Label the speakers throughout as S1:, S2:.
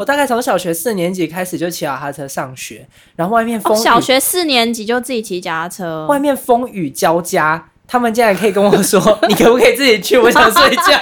S1: 我大概从小学四年级开始就骑脚踏车上学，然后外面风
S2: 哦，
S1: 雨，
S2: 小学哦四年级就自己骑脚踏车，
S1: 外面风雨交加，他们竟然可以跟我说：“你可不可以自己去？我想睡觉。”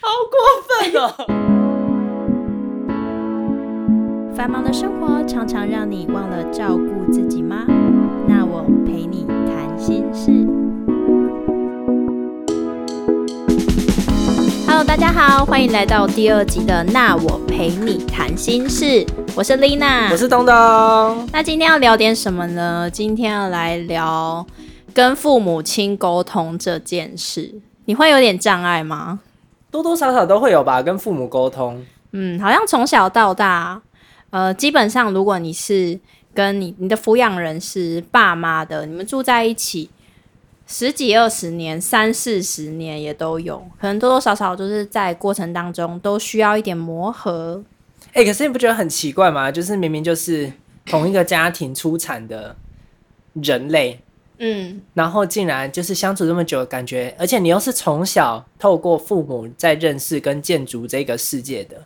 S1: 好过分哦！
S2: 繁忙的生活常常让你忘了照顾自己吗？那我陪你谈心事。Hello，大家好，欢迎来到第二集的《那我陪你谈心事》，我是 Lina，
S1: 我是东东，
S2: 那今天要聊点什么呢？今天要来聊跟父母亲沟通这件事，你会有点障碍吗？
S1: 多多少少都会有吧，跟父母沟通。
S2: 嗯，好像从小到大，呃，基本上如果你是跟你你的抚养人是爸妈的，你们住在一起十几二十年、三四十年也都有，可能多多少少就是在过程当中都需要一点磨合。
S1: 哎、可是你不觉得很奇怪吗？就是明明就是同一个家庭出产的人类，
S2: 嗯，
S1: 然后竟然就是相处这么久，感觉，而且你又是从小透过父母在认识跟建筑这个世界的，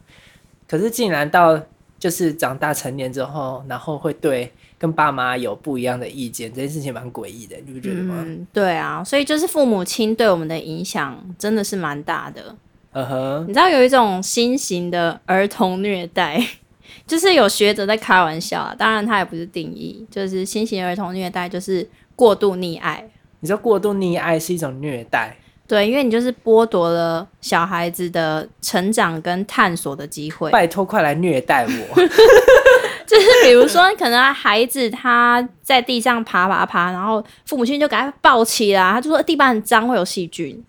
S1: 可是竟然到就是长大成年之后，然后会对跟爸妈有不一样的意见，这件事情蛮诡异的，你不觉得吗？
S2: 嗯，对啊，所以就是父母亲对我们的影响真的是蛮大的。
S1: 嗯哼，
S2: 你知道有一种新型的儿童虐待， 就是有学者在开玩笑啊，当然他也不是定义，就是新型儿童虐待就是过度溺爱，
S1: 你说过度溺爱是一种虐待，
S2: 对，因为你就是剥夺了小孩子的成长跟探索的机会。
S1: 拜托快来虐待 我，
S2: 就是比如说，可能孩子他在地上爬爬爬，然后父母亲就给他抱起来，他就说地板很脏，会有细菌。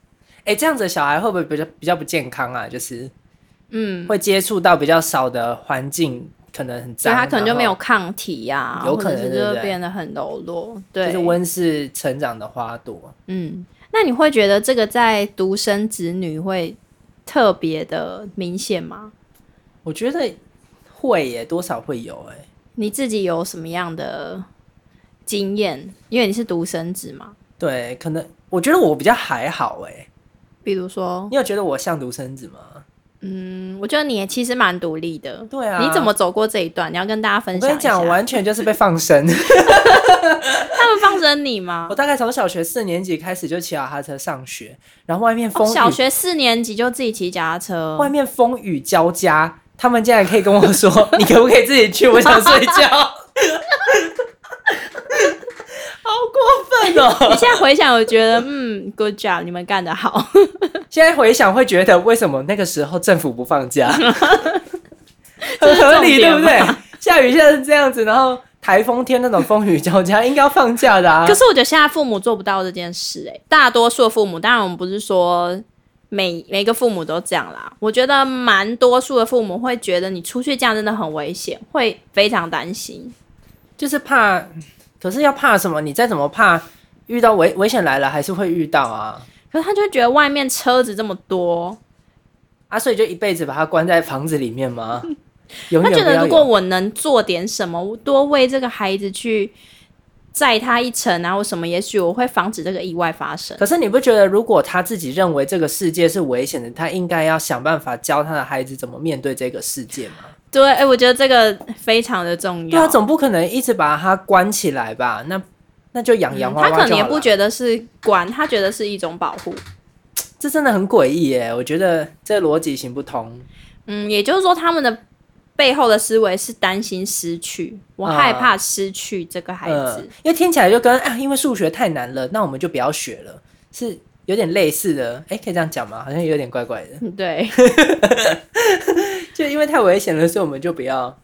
S1: 哎、这样子的小孩会不会比较比较不健康啊？就是
S2: 嗯，
S1: 会接触到比较少的环境，可能很
S2: 所
S1: 脏，
S2: 以他可能就没有
S1: 然后
S2: 抗体呀、
S1: 有可能
S2: 或
S1: 对
S2: 者
S1: 不
S2: 是
S1: 对
S2: 就变得很柔弱。对，
S1: 就是温室成长的花朵。
S2: 嗯，那你会觉得这个在独生子女会特别的明显吗？
S1: 我觉得会耶，多少会有哎。
S2: 你自己有什么样的经验？因为你是独生子嘛，
S1: 对，可能我觉得我比较还好哎。
S2: 比如说，
S1: 你有觉得我像独生子吗？
S2: 嗯，我觉得你也其实蛮独立的。
S1: 对啊
S2: 你怎么走过这一段？你要跟大家分
S1: 我
S2: 享
S1: 跟你
S2: 一下。
S1: 讲，完全就是被放 生。
S2: 他们放生你吗
S1: 我？大概从小学四年级开始就骑脚踏车上学，然后外面
S2: 哦
S1: 风雨，
S2: 小学四年级就自己骑脚踏车，
S1: 外面风雨交加，他们竟然可以跟我说：“你可不可以自己去？我想睡 觉。” 好过分哦！
S2: 你现在回想，我觉得，嗯，good job，你们干得好。
S1: 现在回想会觉得，为什么那个时候政府不放 假？
S2: 这
S1: 很
S2: 是
S1: 合
S2: 重
S1: 理，
S2: 点
S1: 对不对？下雨现在是这样子，然后台风天那种风雨交加，应该要放假的啊
S2: 可。是我觉得现在父母做不到这件事、欸，大多数的父母，当然我们不是说每每个父母都这样啦，我觉得蛮多数的父母会觉得你出去这样真的很危险，会非常担心。
S1: 就是怕，可是要怕什么？你再怎么怕，遇到危危险来了还是会遇到啊。
S2: 可是他就会觉得外面车子这么多，
S1: 啊，所以就一辈子把他关在房子里面 吗？永
S2: 他
S1: 远
S2: 觉
S1: 不
S2: 得
S1: 要
S2: 如果
S1: 有。
S2: 我能做点什么，我多为这个孩子去载他一程，然后什么，也许我会防止这个意外发生。
S1: 可是你不觉得，如果他自己认为这个世界是危险的，他应该要想办法教他的孩子怎么面对这个世界吗？
S2: 对，哎、我觉得这个非常的重要。
S1: 对啊，总不可能一直把他关起来吧？那那就养洋娃娃、
S2: 嗯他
S1: 就
S2: 可能也
S1: 好
S2: 不
S1: 了
S2: 觉得是管，他觉得是一种保护。
S1: 这真的很诡异耶！我觉得这逻辑行不通。
S2: 嗯，也就是说，他们的背后的思维是担心失去，我
S1: 啊
S2: 害怕失去这个孩
S1: 呃
S2: 子。，
S1: 因为听起来就跟啊，因为数学太难了，那我们就不要学了，是有点类似的。哎，可以这样讲吗？好像有点怪怪 的。
S2: 嗯，对，
S1: 就因为太危险了，所以我们就不要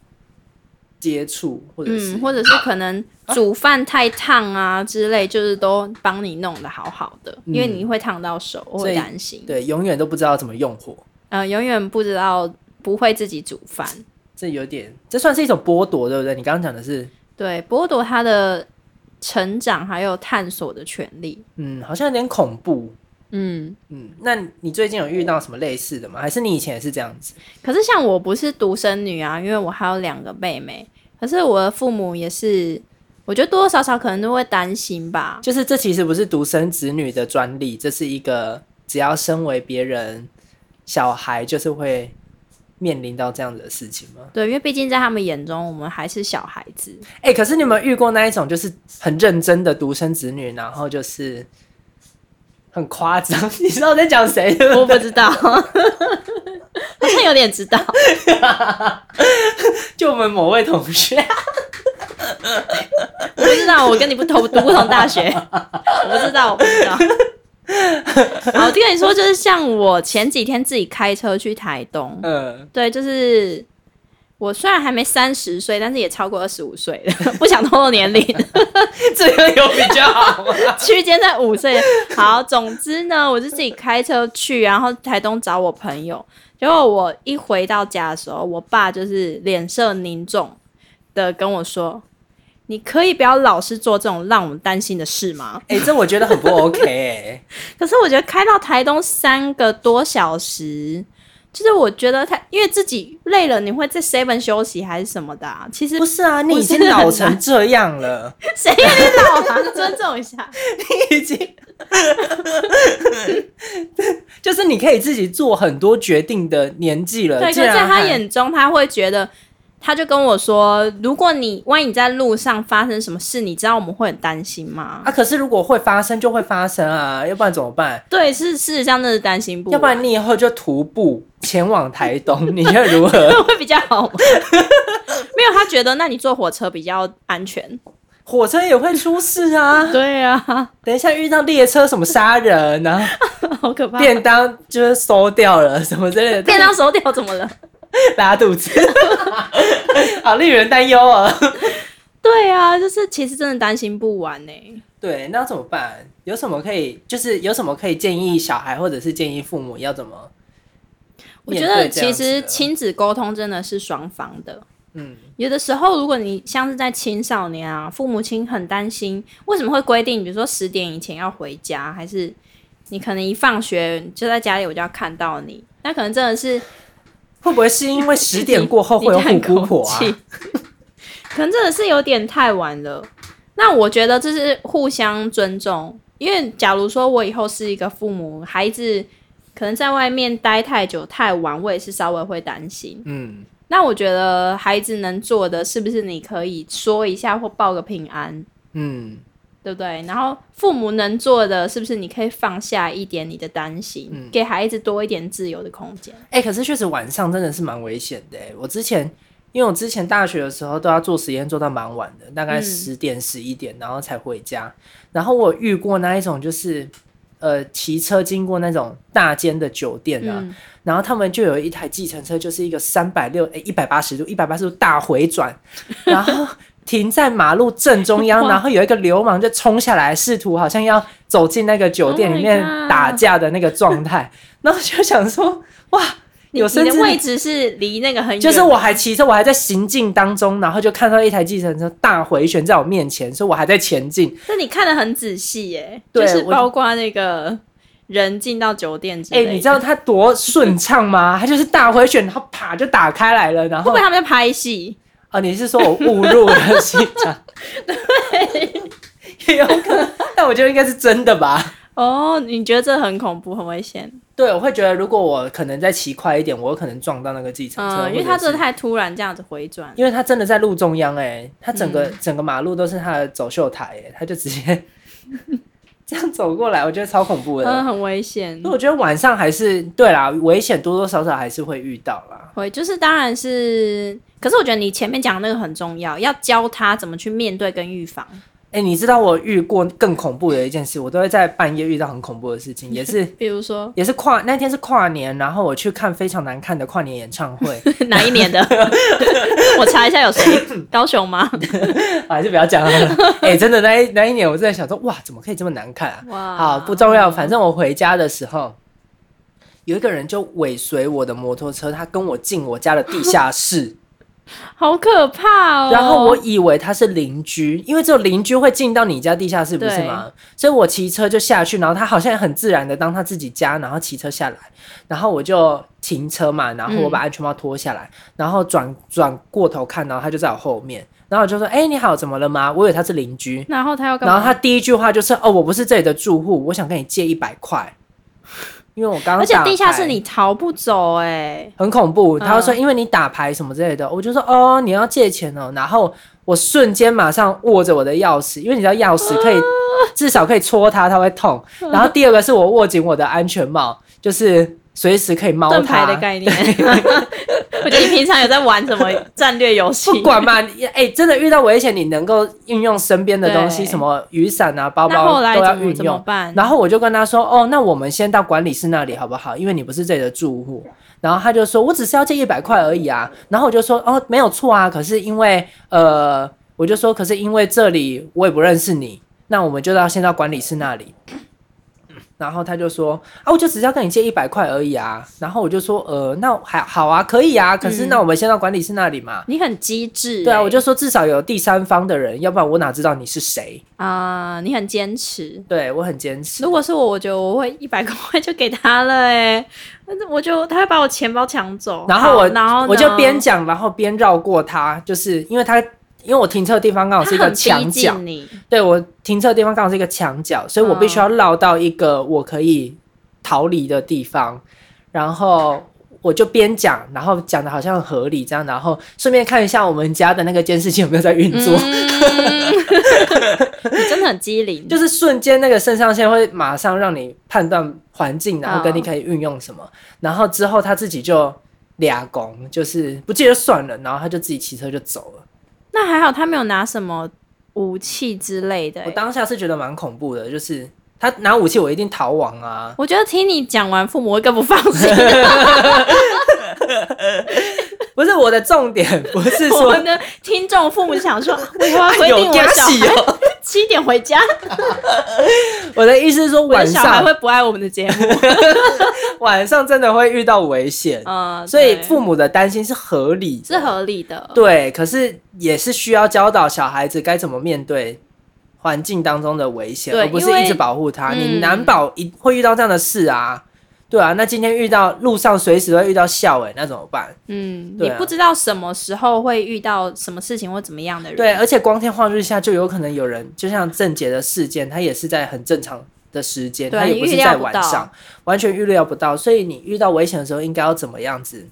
S1: 接触，或者是、啊
S2: 嗯，或者是可能煮饭太烫啊之类，就是都帮你弄得好好的，因为
S1: 嗯
S2: 你会烫到手，我
S1: 所以
S2: 会担心。
S1: 对，永远都不知道怎么用火，
S2: 呃，永远不知道不会自己煮饭。
S1: 这有点，这算是一种剥夺，对不对？你刚刚讲的是，
S2: 对，剥夺他的成长还有探索的权利。
S1: 嗯，好像有点恐怖。
S2: 嗯，
S1: 嗯，那你最近有遇到什么类似的吗？还是你以前也是这样子？
S2: 可是像我不是独生女啊，因为我还有两个妹妹。可是我的父母也是，我觉得多多少少可能都会担心吧。
S1: 就是这其实不是独生子女的专利，这是一个只要身为别人小孩就是会面临到这样子的事情吗？
S2: 对，因为毕竟在他们眼中，我们还是小孩子。
S1: 哎、可是你有没有遇过那一种就是很认真的独生子女，然后就是很夸张？你知道 我在讲谁？对不对
S2: 我不知 道，好像有点知道。
S1: 就我们某位同 学，
S2: 我不知道，我跟你不同读不同大学，我不知道，我不知道。好，我就跟你说，就是像我前几天自己开车去台东，
S1: 嗯，
S2: 对，就是我虽然还没三十岁，但是也超过二十五岁了，不想透露年龄，
S1: 这个 有比较好吗？
S2: 区间在五岁。好，总之呢，我就自己开车去，然后台东找我朋友。结果我一回到家的时候，我爸就是脸色凝重的跟我说：“你可以不要老是做这种让我们担心的事吗？”
S1: 哎、这我觉得很不 OK 哎、
S2: 可是我觉得开到台东三个多小时，就是我觉得他因为自己累了，你会在 seven 休息还是什么的、啊？其实
S1: 不是啊，你已经老成这样了，
S2: 谁让你老啊？尊重一下。
S1: 你已经， 就是你可以自己做很多决定的年纪了。
S2: 对，可
S1: 竟
S2: 是
S1: 然
S2: 在他
S1: 还
S2: 眼中，他会觉得，他就跟我说，如果你万一你在路上发生什么事，你知道我们会很担心吗？
S1: 啊，可是如果会发生就会发生啊，要不然怎么办？
S2: 对，是事实上真的是担心不完，
S1: 要不然你以后就徒步前往台东，你会如 何？
S2: 会比较好吗？没有，他觉得那你坐火车比较安全。
S1: 火车也会出事啊！
S2: 对啊，
S1: 等一下遇到列车什么杀人，然后
S2: 好可怕。
S1: 便当就是馊掉了什么之类的，
S2: 便当手掉怎么了？
S1: 拉肚子， 好令人担忧啊！
S2: 对啊，就是其实真的担心不完呢、欸
S1: 对，那要怎么办？有什么可以，就是有什么可以建议小孩，或者是建议父母要怎么
S2: 我
S1: 面
S2: 觉
S1: 对这
S2: 得
S1: 样子的？
S2: 其实亲子沟通真的是双方的。
S1: 嗯，
S2: 有的时候，如果你像是在青少年啊，父母亲很担心，为什么会规定，比如说十点以前要回家，还是你可能一放学就在家里我就要看到你？那可能真的是
S1: 会不会是因 为十点过后会有虎姑婆啊
S2: 你？叹口气 可能真的是有点太晚了。那我觉得这是互相尊重，因为假如说我以后是一个父母，孩子可能在外面待太久太晚，我也是稍微会担心。
S1: 嗯，
S2: 那我觉得孩子能做的，是不是你可以说一下或报个平安，
S1: 嗯
S2: 对不对？然后父母能做的，是不是你可以放下一点你的担心，
S1: 嗯
S2: 给孩子多一点自由的空间？
S1: 哎、可是确实晚上真的是蛮危险的欸。我之前，因为我之前大学的时候都要做实验，做到蛮晚的，大概
S2: 嗯
S1: 十点十一点，然后才回家。然后我有遇过那一种就是，呃，骑车经过那种大间的酒店啊，
S2: 嗯，
S1: 然后他们就有一台计程车，就是一个三百六哎一百八十度一百八十度大回转， 然后停在马路正中央，
S2: 哇
S1: 然后有一个流氓就冲下来，试图好像要走进那个酒店里面
S2: Oh my god
S1: 打架的那个状态。 然后就想说，哇，
S2: 你
S1: 有生
S2: 你
S1: 之
S2: 的位
S1: 年。
S2: 置是离那个很远，
S1: 就是我还骑车，我还在行进当中，然后就看到一台计程车大回旋在我面前，所以我还在前进。
S2: 那你看的很仔细耶，
S1: 对
S2: 就是
S1: 我
S2: 包括那个人进到酒店之
S1: 哎、
S2: 类的。
S1: 你知道他多顺畅吗？ 他就是大回旋，然后啪就打开来了，然
S2: 会
S1: 后
S2: 不会他们在拍戏？
S1: 哦，你是说我误入了现场？对，也有可 能，但我觉得应该是真的吧。
S2: 哦，你觉得这很恐怖，很危险？
S1: 对，我会觉得如果我可能再骑快一点，我有可能撞到那个计程车，
S2: 嗯，因为
S1: 或者
S2: 他
S1: 是
S2: 这太突然这样子回转，
S1: 因为他真的在路中央哎、他整个、整个马路都是他的走秀台哎、他就直接这样走过来，我觉得超恐怖的。
S2: 嗯，很危险
S1: 所以。我觉得晚上还是对啦，危险多多少少还是会遇到啦。
S2: 会就是当然是，可是我觉得你前面讲的那个很重要，要教他怎么去面对跟预防。
S1: 哎、你知道我遇过更恐怖的一件事，我都会在半夜遇到很恐怖的事情，也是
S2: 比如说
S1: 也是跨那天是跨年，然后我去看非常难看的跨年演唱会，
S2: 哪一年的， 我查一下有谁，高雄吗？
S1: 还是不要讲好了。 哎、真的那一那一年，我真的想说，哇，怎么可以这么难看啊？
S2: 哇
S1: 好，不重要，反正我回家的时候，有一个人就尾随我的摩托车，他跟我进我家的地下室，
S2: 好可怕哦。
S1: 然后我以为他是邻居，因为只有邻居会进到你家地下室，不是吗？所以我骑车就下去，然后他好像很自然的当他自己家，然后骑车下来，然后我就停车嘛，然后我把安全帽脱下来，然后转转过头看，然后他就在我后面，然后我就说：“哎、你好，怎么了吗？”我以为他是邻居，
S2: 然后他要干
S1: 然
S2: 嘛？
S1: 后他第一句话就是：“哦，我不是这里的住户，我想跟你借一百块。”因为我刚刚
S2: 而且
S1: 打
S2: 地下
S1: 牌
S2: 室你逃不走哎、
S1: 很恐怖。他会说，
S2: 嗯
S1: 因为你打牌什么之类的，我就说哦，你要借钱哦。然后我瞬间马上握着我的钥匙，因为你知道钥匙可以、
S2: 啊
S1: 至少可以戳它，它会痛。
S2: 嗯
S1: 然后第二个是我握紧我的安全帽，就是随时可以猫
S2: 盾牌
S1: 它
S2: 的。概念。 我觉得你平常有在 玩什么战略游戏？
S1: 不管嘛，你哎、真的遇到危险，你能够运用身边的东西，
S2: 对
S1: 什么雨伞啊、包
S2: 那
S1: 包
S2: 后
S1: 都
S2: 来
S1: 要
S2: 怎么
S1: 运
S2: 怎么
S1: 用。
S2: 办？
S1: 然后我就跟他说：“哦，那我们先到管理室那里好不好？因为你不是这里的住户。”然后他就说：“我只是要借一百块而已啊。”然后我就说：“哦，没有错啊，可是因为呃，我就说，可是因为这里我也不认识你，那我们就到先到管理室那里。”然后他就说：“啊，我就只是要跟你借一百块而已啊。”然后我就说：“呃，那还好啊，可以啊，可是
S2: 嗯
S1: 那我们先到管理室那里嘛。
S2: 你很机智欸、
S1: 对啊，我就说至少有第三方的人，要不然我哪知道你是谁？
S2: 啊、你很坚持。
S1: 对我很坚持。
S2: 如果是我，我觉得我会一百块就给他了、哎，那我就他会把我钱包抢走。
S1: 然后我
S2: 好然后呢
S1: 我就边讲，然后边绕过他，就是因为他因为我停车的地方刚好是一
S2: 他
S1: 个
S2: 很逼
S1: 墙角，
S2: 近嗯你，
S1: 对我停车的地方刚好是一个墙角，所以我必须要绕到一个我可以逃离的地方，然后。我就边讲，然后讲的好像很合理这样，然后顺便看一下我们家的那个监视器有没有在运作，
S2: 嗯、你真的很机灵，
S1: 就是瞬间那个肾上腺会马上让你判断环境，然后跟你可以运用什么，然后之后他自己就俩拱，就是不借就算了，然后他就自己骑车就走了。
S2: 那还好他没有拿什么武器之类的、
S1: 我
S2: 欸。
S1: 当下是觉得蛮恐怖的，就是他拿武器，我一定逃亡啊。
S2: 我觉得听你讲完，父母会更不放 心。
S1: 不是我的重点，不是
S2: 我
S1: 说
S2: 们的听众父母想说，我以后要规定
S1: 有
S2: 我
S1: 加
S2: 小
S1: 戏
S2: 孩
S1: 哦。
S2: 七点回家，
S1: 我的意思是说
S2: 我的
S1: 晚
S2: 小孩
S1: 上
S2: 会不爱我们的节目。
S1: 晚上真的会遇到危险，
S2: 嗯，
S1: 所以
S2: 对
S1: 父母的担心是合理的，
S2: 是合理的。
S1: 对，可是也是需要教导小孩子该怎么面对环境当中的危险，
S2: 对
S1: 而不是
S2: 因为
S1: 一直保护他。你
S2: 嗯
S1: 难保一会遇到这样的事啊，对啊。那今天遇到路上随时会遇到校委，那怎么办？
S2: 嗯，
S1: 对
S2: 你
S1: 啊
S2: 不知道什么时候会遇到什么事情或怎么样的人。
S1: 对，啊而且光天化日下就有可能有人，就像郑杰的事件，他也是在很正常的时间，
S2: 对啊
S1: 他也
S2: 你
S1: 不
S2: 预
S1: 是
S2: 料
S1: 在
S2: 不
S1: 晚
S2: 到
S1: 上，完全预料不到。所以你遇到危险的时候，应该要怎么样子？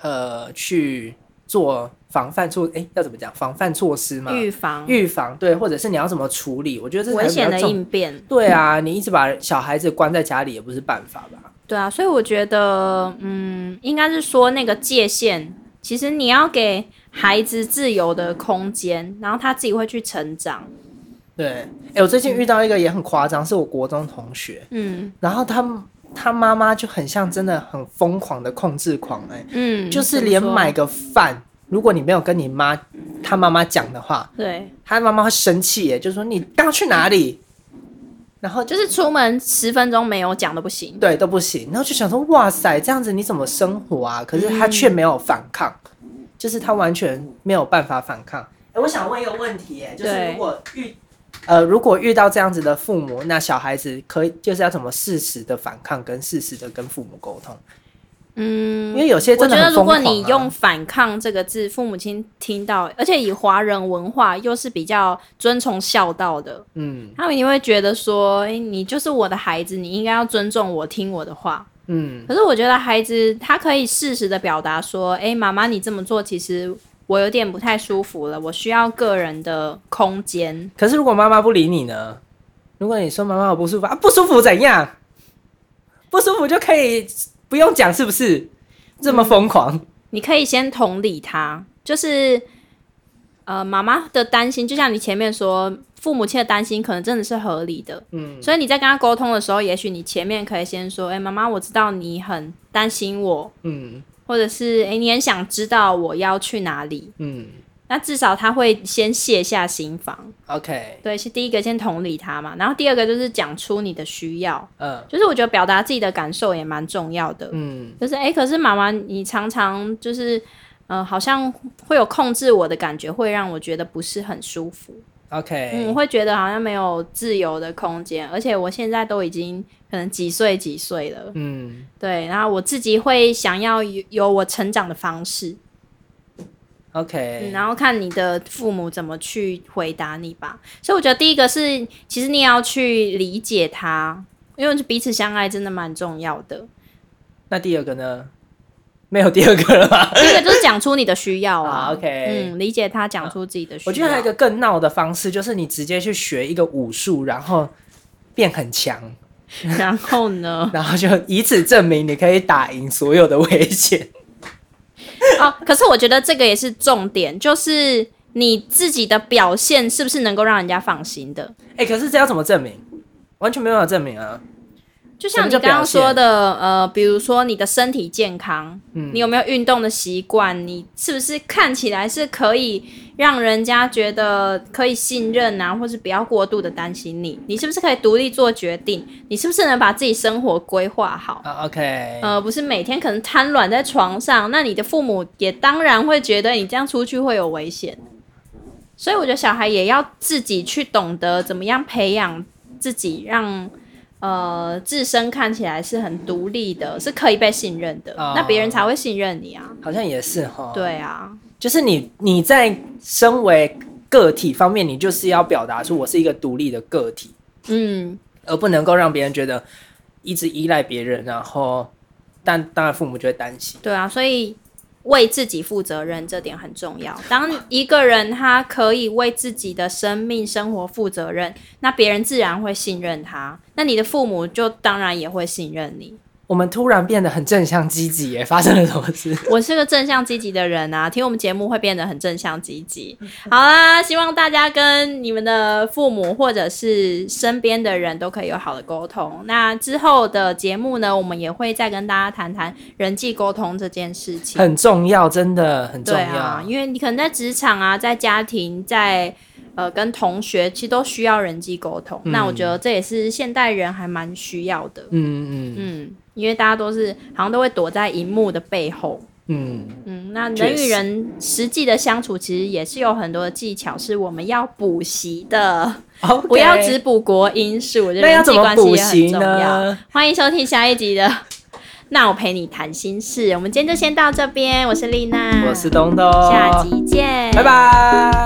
S1: 呃，去做防范措，哎、要怎么讲？防范措施吗？
S2: 预防
S1: 预防对，或者是你要怎么处理？我觉得这才
S2: 危险
S1: 比
S2: 的
S1: 较重
S2: 应变。
S1: 对啊，你一直把小孩子关在家里也不是办法吧？
S2: 对啊，所以我觉得，嗯，应该是说那个界限，其实你要给孩子自由的空间，然后他自己会去成长。
S1: 对，哎、我最近遇到一个也很夸张，是我国中同学，
S2: 嗯
S1: 然后他他妈妈就很像真的很疯狂的控制狂、哎、
S2: 嗯，
S1: 就是
S2: 怎么
S1: 连
S2: 说
S1: 买个饭，如果你没有跟你妈他妈妈讲的话，
S2: 对，
S1: 他妈妈会生气，哎，就说你刚去哪里？然后就
S2: 哦就是出门十分钟没有讲都不行。
S1: 对都不行，然后就想说哇塞，这样子你怎么生活啊？可是他却没有反抗，就是他完全没有办法反抗。哎，我想问一个问题，哎，就是
S2: 对
S1: 如果遇呃如果遇到这样子的父母，那小孩子可以就是要怎么适时的反抗，跟适时的跟父母沟通？
S2: 嗯，
S1: 因为有些
S2: 我
S1: 真
S2: 觉
S1: 的
S2: 得，
S1: 很
S2: 如
S1: 疯狂、
S2: 果
S1: 啊。
S2: 你用“反抗”这个字，父母亲听到，而且以华人文化又是比较遵从孝道的，
S1: 嗯
S2: 他们一定会觉得说，诶你就是我的孩子，你应该要尊重我，听我的话。
S1: 嗯
S2: 可是我觉得孩子他可以适时的表达说，诶，妈妈，你这么做其实我有点不太舒服了，我需要个人的空间。
S1: 可是如果妈妈不理你呢？如果你说妈妈我不舒服啊，不舒服怎样？不舒服就可以不用讲，是不是？这么疯狂，
S2: 你可以先同理他，就是呃，妈妈的担心，就像你前面说，父母亲的担心可能真的是合理的。
S1: 嗯，
S2: 所以你在跟他沟通的时候，也许你前面可以先说：“哎、妈妈，我知道你很担心我，
S1: 嗯
S2: 或者是哎、诶你很想知道我要去哪里。
S1: 嗯”
S2: 那至少他会先卸下心防。
S1: ，OK，
S2: 对，是第一个先同理他嘛，然后第二个就是讲出你的需要，
S1: 嗯
S2: 就是我觉得表达自己的感受也蛮重要的。
S1: 嗯
S2: 就是哎、诶可是妈妈，你常常就是呃，好像会有控制我的感觉，会让我觉得不是很舒服。嗯，我
S1: ，OK，
S2: 会觉得好像没有自由的空间，而且我现在都已经可能几岁几岁了，
S1: 嗯
S2: 对，然后我自己会想要有有我成长的方式，嗯，
S1: ，OK，
S2: 然后看你的父母怎么去回答你吧。所以我觉得第一个是，其实你也要去理解他，因为彼此相爱真的蛮重要的。
S1: 那第二个呢？没有第二个了 吧？
S2: 第一个就是讲出你的需要啊
S1: 啊，OK
S2: 嗯，理解他讲出自己的需
S1: 我
S2: 要。
S1: 觉得还有一个更闹的方式，就是你直接去学一个武术，然后变很强，
S2: 然后呢？
S1: 然后就以此证明你可以打赢所有的危险。
S2: 哦，可是我觉得这个也是重点，就是你自己的表现是不是能够让人家放心的？
S1: 哎、可是这要怎么证明？完全没办法证明啊！
S2: 就
S1: 什
S2: 像
S1: 么
S2: 你
S1: 叫
S2: 刚
S1: 表
S2: 刚
S1: 现
S2: 说的，呃，比如说你的身体健康，
S1: 嗯
S2: 你有没有运动的习惯？你是不是看起来是可以让人家觉得可以信任啊，或是不要过度的担心你？你是不是可以独立做决定？你是不是能把自己生活规划好？
S1: 啊，OK，
S2: 呃，不是每天可能瘫软在床上，那你的父母也当然会觉得你这样出去会有危险。所以我觉得小孩也要自己去懂得怎么样培养自己，让呃自身看起来是很独立的，是可以被信任的，
S1: 哦
S2: 那别人才会信任你啊。
S1: 好像也是哈。，
S2: 对啊，
S1: 就是你你在身为个体方面，你就是要表达出我是一个独立的个体，
S2: 嗯，
S1: 而不能够让别人觉得一直依赖别人，然后但当然父母就会担心。
S2: 对啊，所以为自己负责任这点很重要。当一个人他可以为自己的生命、生活负责任，那别人自然会信任他，那你的父母就当然也会信任你。
S1: 我们突然变得很正向积极耶，发生了什么事？
S2: 我是个正向积极的人啊，听我们节目会变得很正向积极。好啦，希望大家跟你们的父母或者是身边的人都可以有好的沟通。那之后的节目呢，我们也会再跟大家谈谈人际沟通这件事情。
S1: 很重要，真的很重
S2: 对
S1: 要。
S2: 啊，因为你可能在职场啊，在家庭，在呃跟同学，其实都需要人际沟通。那我觉得这也是现代人还蛮需要的。
S1: 嗯嗯
S2: 嗯，因为大家都是好像都会躲在荧幕的背后。
S1: 嗯，
S2: 嗯，那
S1: 确
S2: 人
S1: 实
S2: 与人实际的相处，其实也是有很多的技巧是我们要补习的，
S1: 好，
S2: 不要只补国因素，我觉得
S1: 那要
S2: 人际
S1: 怎么
S2: 关系
S1: 补
S2: 也很
S1: 习
S2: 重要。
S1: 呢？
S2: 欢迎收听下一集的《那我陪你谈心事》，我们今天就先到这边，我是丽娜，
S1: 我是东东，
S2: 下集见，
S1: 拜。拜。